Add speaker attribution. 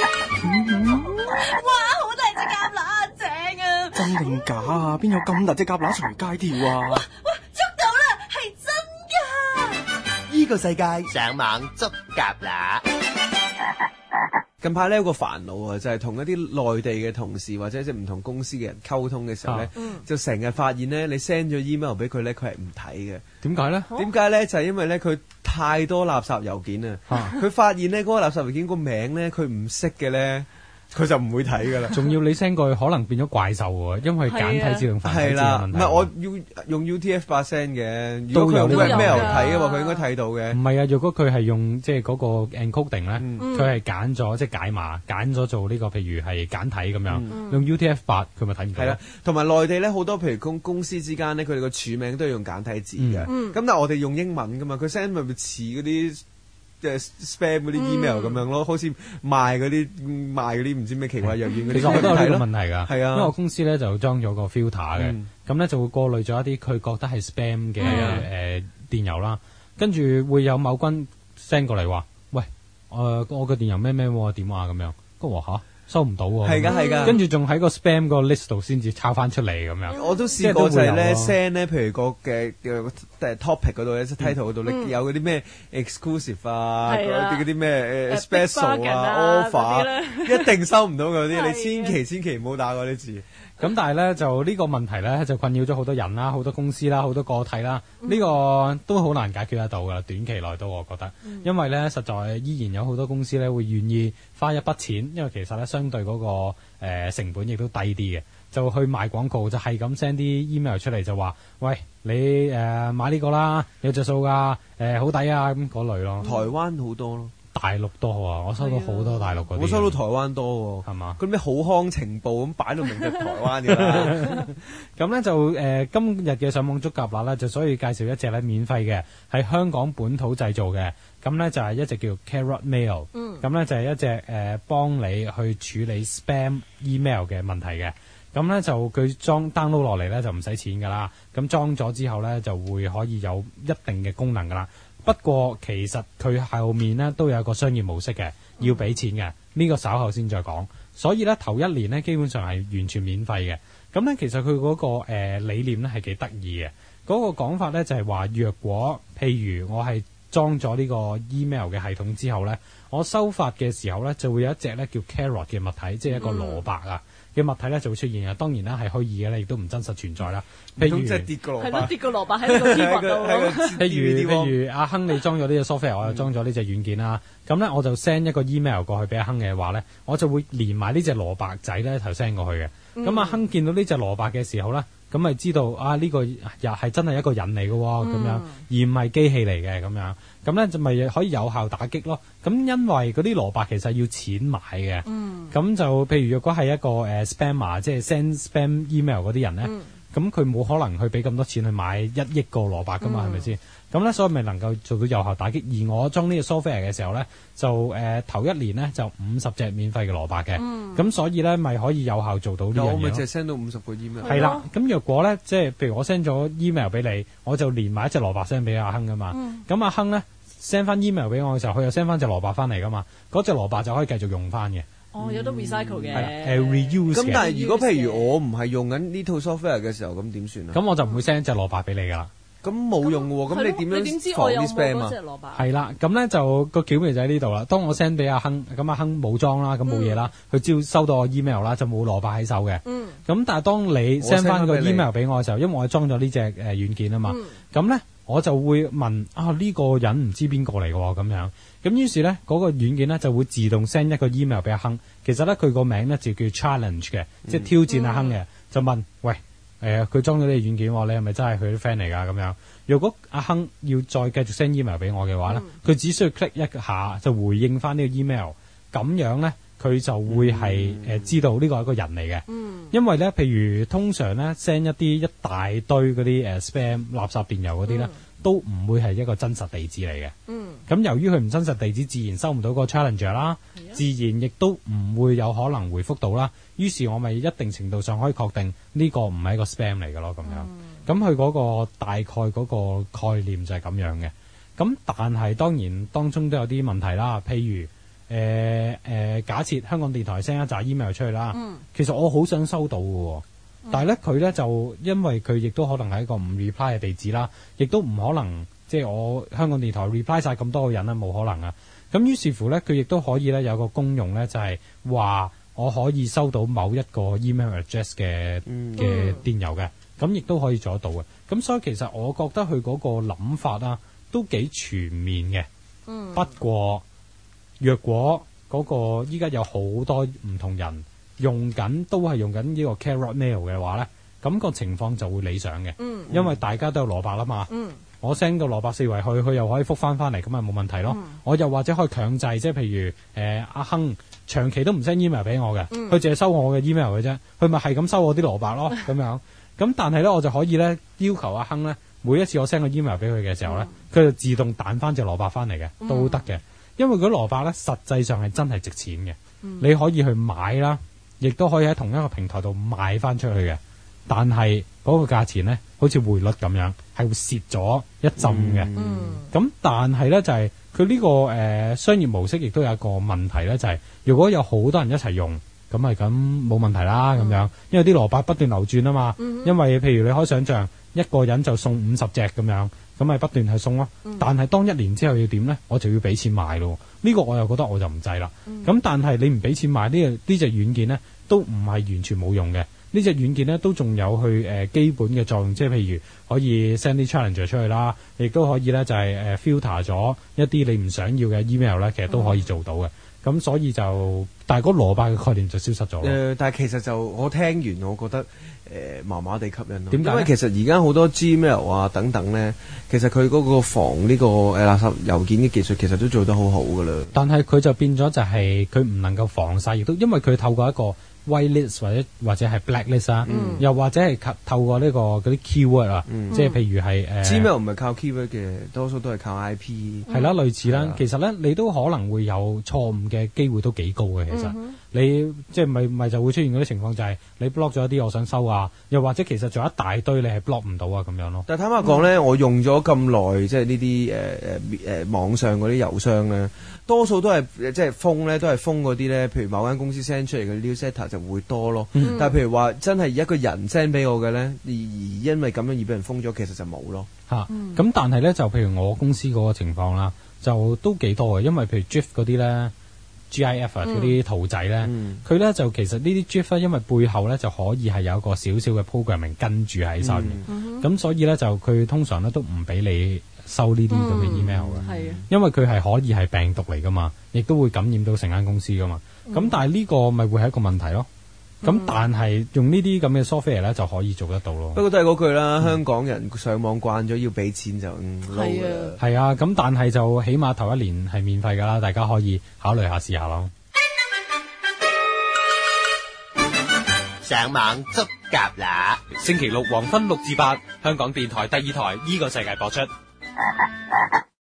Speaker 1: 哇，好大隻蛤乸，正啊！
Speaker 2: 真定假啊？邊有咁大隻蛤乸隨街跳啊？
Speaker 1: 哇，捉到啦，係真㗎！
Speaker 3: 呢個世界
Speaker 4: 上網捉蛤乸。
Speaker 5: 近排呢，有個煩惱啊，就係同一啲內地嘅同事或者即係唔同公司嘅人溝通嘅時候呢，
Speaker 2: 啊嗯
Speaker 5: 就成日發現呢，你 send 咗 email 俾佢呢，佢係唔睇嘅。
Speaker 2: 點解咧？
Speaker 5: 點解呢？就係、因為呢，佢太多垃圾郵件啊！
Speaker 2: 啊
Speaker 5: 佢發現呢，嗰、個垃圾郵件個名呢，佢唔識嘅呢，佢就唔會睇噶啦。
Speaker 2: 仲要你 send 過去，可能變咗怪獸喎，因為簡體字同繁體
Speaker 5: 係
Speaker 2: 字嘅
Speaker 5: 啦，
Speaker 2: 問
Speaker 5: 唔
Speaker 2: 題。啊
Speaker 5: 係我要用 UTF 八 send 嘅，如
Speaker 2: 都
Speaker 5: 果佢
Speaker 2: 有
Speaker 5: 用
Speaker 2: 呢個
Speaker 5: webmail
Speaker 1: 問題
Speaker 5: 睇嘅話，佢應該睇到嘅。
Speaker 2: 唔係啊，若果佢係用即係嗰個 encoding 咧，
Speaker 5: 嗯
Speaker 2: 佢係揀咗即係解碼，揀咗做呢個譬如係簡體咁樣，用 UTF 八佢咪睇唔
Speaker 5: 嗯
Speaker 2: 到
Speaker 5: 係啦
Speaker 2: 咯。，
Speaker 5: 同埋內地咧好多譬如公公司之間咧，佢哋個署名都要用簡體字嘅。咁、
Speaker 2: 嗯
Speaker 1: 嗯
Speaker 5: 但係我哋用英文噶嘛，佢 send 咪似嗰啲誒 spam 嗰啲
Speaker 1: 嗯
Speaker 5: email 咁樣咯，好似賣嗰啲賣嗰啲唔知咩奇怪藥丸嗰啲。
Speaker 2: 其實我都有呢
Speaker 5: 係
Speaker 2: 個
Speaker 5: 咯
Speaker 2: 問題㗎，
Speaker 5: 係啊
Speaker 2: 因為我公司咧就裝咗個 filter 嘅
Speaker 5: 嗯，
Speaker 2: 咁咧就會過濾咗一啲佢覺得係 spam 嘅
Speaker 5: 係啊
Speaker 2: 誒電郵啦，跟住會有某君 send 過嚟話：，喂，誒呃我個電郵咩咩喎點啊咁樣，跟住我話吓收唔到喎，
Speaker 5: 係㗎係
Speaker 1: 嗯
Speaker 5: 㗎。
Speaker 2: 跟住仲喺個 spam 個 list 度先至抄翻出嚟咁樣。
Speaker 5: 我都試過就係咧
Speaker 2: 即
Speaker 5: send 咧，譬如個嘅嘅誒 topic 嗰度咧，title
Speaker 2: 嗯
Speaker 5: 嗰度咧有嗰啲咩 exclusive
Speaker 1: 嗯
Speaker 5: 啊，
Speaker 1: 係
Speaker 5: 嗰
Speaker 1: 啊
Speaker 5: 啲嗰啲
Speaker 1: 誒
Speaker 5: 咩誒
Speaker 1: big
Speaker 5: special
Speaker 1: bargain
Speaker 5: 啊
Speaker 1: 啊
Speaker 5: offer，啊
Speaker 1: 嗰
Speaker 5: 一定收唔到嗰
Speaker 1: 係
Speaker 5: 啲，
Speaker 1: 啊
Speaker 5: 你千祈千祈唔好打嗰啲字。
Speaker 2: 咁但係咧就呢個問題咧就困擾咗好多人啦、好多公司啦、好多個體啦，
Speaker 5: 嗯
Speaker 2: 呢、個都好難解決得到噶，短期內都我覺得，
Speaker 5: 嗯
Speaker 2: 因為咧實在依然有好多公司咧會願意花一筆錢，因為其實咧相對嗰、個、呃、成本亦都低啲嘅，就去賣廣告，就係咁 send 啲 email 出嚟就話，喂你誒、呃、買呢個啦，有着數噶，誒、好抵啊咁嗰類咯。
Speaker 5: 台灣好多咯，
Speaker 2: 大陸多啊，我收到好多大陸嗰啲，啊
Speaker 5: 我收到台灣多喎。
Speaker 2: 係嘛？
Speaker 5: 嗰啲咩好康情報咁擺到明就台灣㗎啦，
Speaker 2: 咁咧就誒、呃今日嘅上網捉蛤乸咧，就所以介紹一隻咧免費嘅，係香港本土製造嘅。咁咧就係一隻叫 Carrot Mail，咁咧就係一隻誒、呃、幫你去處理 spam email 嘅問題嘅。咁咧就佢裝 download 落嚟咧就唔使錢㗎啦。咁裝咗之後咧就會可以有一定嘅功能㗎啦。不過其實佢後面咧都有一個商業模式嘅，
Speaker 5: 嗯
Speaker 2: 要俾錢嘅。呢、個稍後先再講。所以咧頭一年咧基本上係完全免費嘅。咁咧，其實佢嗰、個、呃、理念咧係幾得意嘅。嗰、個講法咧就係話，若果譬如我係裝咗呢個 email 嘅系統之後咧，我收發嘅時候咧就會有一隻咧叫 carrot 嘅物體，即係一個
Speaker 5: 嗯
Speaker 2: 蘿蔔啊嘅物體咧就會出現啊。當然啦，係虛擬嘅咧，亦都唔真實存在啦。 譬如
Speaker 5: 咁即係跌個
Speaker 1: 係
Speaker 5: 蘿
Speaker 1: 咯，
Speaker 5: 蔔。
Speaker 1: 跌個蘿蔔喺個天
Speaker 5: 喺
Speaker 1: 雲
Speaker 5: 個喺個
Speaker 1: 度。
Speaker 2: 譬
Speaker 5: DVD
Speaker 2: 如譬如阿亨你裝咗呢隻 software，我又裝咗呢隻軟件啦。咁咧我就 send 一個 email 過去俾阿亨嘅話咧，我就會連埋呢隻蘿蔔仔咧頭 send 過去嘅。咁阿亨見到呢隻蘿蔔嘅時候咧，咁咪知道啊呢、個又係真係一個人嚟嘅喎，咁樣而唔係機器嚟嘅咁樣。咁咧就咪可以有效打擊咯。咁因為嗰啲蘿蔔其實要錢買嘅，咁、就譬如若果係一個誒、呃 spammer，即係 send spam email 嗰啲人咧。咁佢冇可能去俾咁多錢去買一億個蘿蔔噶嘛，係咪先？咁咧，所以咪能夠做到有效打擊。而我裝呢個 software 嘅時候咧，就誒、呃、頭一年咧就五十隻免費嘅蘿蔔嘅，咁、所以咧咪可以有效做到呢
Speaker 5: 但
Speaker 2: 樣
Speaker 5: 我咪淨
Speaker 2: 嘢咯。
Speaker 5: 係 send 到五十個 email。
Speaker 2: 係啦，咁若果咧，即係譬如我 send 咗 email 俾你，我就連埋一隻蘿蔔 send 俾阿亨噶嘛。咁、阿亨咧 send 翻 email 俾我嘅時候，佢又 send 翻隻蘿蔔翻嚟噶嘛，嗰隻蘿蔔就可以繼續用翻嘅，
Speaker 1: 哦，有得 recycle 嘅。
Speaker 2: 係啦，誒 reuse
Speaker 5: 咁但
Speaker 2: 嘅。
Speaker 5: 係如果譬如我唔係用緊呢套 software 嘅時候，咁點算啊？
Speaker 2: 咁我就唔會 send 隻蘿蔔俾你噶啦。
Speaker 5: 咁冇用喎，
Speaker 1: 係
Speaker 5: 咁
Speaker 1: 咯
Speaker 5: 你點
Speaker 1: 知
Speaker 5: 樣
Speaker 1: 我
Speaker 5: 防
Speaker 1: 有
Speaker 5: 啲
Speaker 1: 冇
Speaker 5: spam
Speaker 1: 嗰隻
Speaker 5: 啊？
Speaker 1: 蘿蔔？
Speaker 2: 係啦，咁咧就個巧妙就喺呢度啦。當我 send 俾阿亨，咁阿亨冇裝啦，咁
Speaker 5: 嗯
Speaker 2: 冇嘢啦，佢只要收到我 email 啦，就冇蘿蔔喺手嘅。
Speaker 1: 嗯
Speaker 2: 咁但係當你
Speaker 5: 我
Speaker 2: send
Speaker 5: send
Speaker 2: 翻個
Speaker 5: 返俾你
Speaker 2: email 俾我嘅時候，因為我裝咗呢隻誒軟件啊嘛，
Speaker 5: 嗯
Speaker 2: 咁咧我就會問啊呢、個人唔知邊個嚟嘅喎咁樣，咁於是咧嗰、個軟件咧就會自動 send 一個 email 俾阿亨，其實咧佢個名咧就叫 challenge 嘅，即係挑戰阿亨嘅，就問喂誒佢、裝咗呢個軟件喎，你係咪真係佢啲 friend 嚟㗎咁樣？如果阿亨要再繼續 send email 俾我嘅話咧，佢、只需要 click 一下就回應翻呢個 email，咁樣咧佢就會係誒、呃知道呢個係一個人嚟嘅。因為咧，譬如通常咧 send 一啲一大堆嗰啲誒 spam 垃圾電郵嗰啲咧，都唔會係一個真實地址嚟嘅。
Speaker 1: 嗯，
Speaker 2: 咁由於佢唔真實地址，自然收唔到個 challenger 啦，自然亦都唔會有可能回覆到啦。於是我咪一定程度上可以確定呢個唔係一個 spam 嚟嘅咯，咁樣。咁佢嗰個大概嗰個概念就係咁樣嘅。咁但係當然當中都有啲問題啦，譬如誒誒、呃呃假設香港電台 send 一紮 email 出去啦，
Speaker 1: 嗯
Speaker 2: 其實我好想收到嘅喎。但係咧，佢咧就因為佢亦都可能係一個唔 reply 嘅地址啦，亦都唔可能即係我香港電台 reply 晒咁多個人啦，冇可能啊。咁於是乎咧，佢亦都可以咧有個功用咧，就係、話我可以收到某一個 email address 嘅
Speaker 5: 嗯
Speaker 2: 嘅電郵嘅，咁亦都可以做得到嘅。咁所以其實我覺得佢嗰個諗法啊，都幾全面嘅。
Speaker 1: 嗯
Speaker 2: 不過，若果嗰個依家有好多唔同人用緊，都係用緊呢個 carrot mail 嘅話呢，咁、個情況就會理想嘅，
Speaker 1: 嗯
Speaker 2: 因為大家都有蘿蔔啦嘛。
Speaker 1: 嗯
Speaker 2: 我 send 個蘿蔔四圍去，佢又可以覆翻翻嚟，咁咪冇問題咯。
Speaker 1: 嗯
Speaker 2: 我又或者可以強制，即係譬如誒、呃阿亨長期都唔 send email 俾我嘅，
Speaker 1: 嗯
Speaker 2: 佢淨係收我嘅 email 嘅啫，佢咪係咁收我啲蘿蔔咯咁樣。咁但係咧，我就可以咧要求阿亨咧，每一次我 send 個 email 俾佢嘅時候
Speaker 1: 嗯
Speaker 2: 咧，佢、就自動彈翻隻蘿蔔翻嚟嘅，都得嘅。因為嗰啲蘿蔔咧，實際上係真係值錢嘅，你可以去買啦，亦都可以喺同一個平台度賣翻出去嘅。但係嗰個價錢咧，好似匯率咁樣，係會蝕咗一浸嘅。
Speaker 1: 嗯
Speaker 2: 咁但係咧就係佢呢個誒、呃商業模式亦都有一個問題咧，就係、如果有好多人一齊用，咁係咁冇問題啦咁樣，因為啲蘿蔔不斷流轉啊嘛。因為譬如你可以想像一個人就送五十隻咁樣，咁咪不斷去送咯。但係當一年之後要點咧，我就要俾錢買咯。呢、個我又覺得我就唔制啦。咁、但係你唔俾錢買呢個呢只軟件咧，都唔係完全冇用嘅。呢只軟件咧都仲有去誒、呃基本嘅作用，即係譬如可以 send 啲 challenge 出去啦，亦都可以咧就係、呃 filter 咗一啲你唔想要嘅 email 咧，其實都可以做到嘅。咁所以就，但係嗰蘿蔔嘅概念就消失
Speaker 5: 誒、
Speaker 2: 咗咯。
Speaker 5: 但係其實就我聽完，我覺得誒麻麻地吸引咯。
Speaker 2: 點解
Speaker 5: 因為其實而家好多 Gmail 啊等等咧，其實佢嗰個防呢、個誒、垃圾郵件嘅技術，其實都做得好好噶啦。
Speaker 2: 但係佢就變咗就係佢唔能夠防晒，亦都因為佢透過一個 white list 或者或者係 black list 啊，
Speaker 5: 嗯
Speaker 2: 又或者係靠透過呢、個嗰啲 keyword 啊，即係譬如係誒。呃
Speaker 5: Gmail 唔係靠 keyword 嘅，多數都係靠 IP。
Speaker 2: 係啦，類似
Speaker 5: 係
Speaker 2: 啦
Speaker 5: 啊。
Speaker 2: 其實咧，你都可能會有錯誤嘅機會都幾高嘅。其
Speaker 5: 嗯
Speaker 2: 實、你即係咪咪就會出現嗰啲情況，就係你 block 咗一啲我想收啊，又或者其實仲有一大堆你係 block 唔到啊咁樣咯。
Speaker 5: 但坦白講
Speaker 2: 嗯
Speaker 5: 咧，我用咗咁耐，即係呢啲誒誒誒網上嗰啲郵箱咧，多數都係呃即係封咧，都係封嗰啲咧，譬如某間公司 send 出嚟嘅 newsletter 就會多咯。
Speaker 2: 嗯
Speaker 5: 但係譬如話真係一個人 send 俾我嘅咧，而而因為咁樣而俾人封咗，其實就冇咯。
Speaker 2: 嚇。啊咁、但係咧，就譬如我公司嗰個情況啦，就都幾多嘅，因為譬如 GIF 嗰啲咧，GIF 啊嗰啲圖仔咧，佢咧、就其實呢啲 GIF 咧，因為背後咧就可以係有一個少少嘅 programming 跟住喺手入面，咁、所以咧就佢通常咧都唔俾你收呢啲咁嘅 email 嘅。
Speaker 1: 係啊，
Speaker 2: 因為佢係可以係病毒嚟噶嘛，亦都會感染到成間公司噶嘛。咁、但係呢個咪會係一個問題咯。咁、但係用呢啲咁嘅 software 咧就可以做得到咯
Speaker 5: 不。過都係嗰句
Speaker 2: 嗯
Speaker 5: 啦，香港人上網慣咗要俾錢就嗯撈
Speaker 1: 係
Speaker 5: 㗎
Speaker 1: 啊
Speaker 5: 啦。
Speaker 2: 係啊，咁但係就起碼頭一年係免費㗎啦，大家可以考慮下試下咯。
Speaker 4: 上網捉蛤乸。
Speaker 2: 星期六黃昏六至八，香港電台第二台呢個世界播出。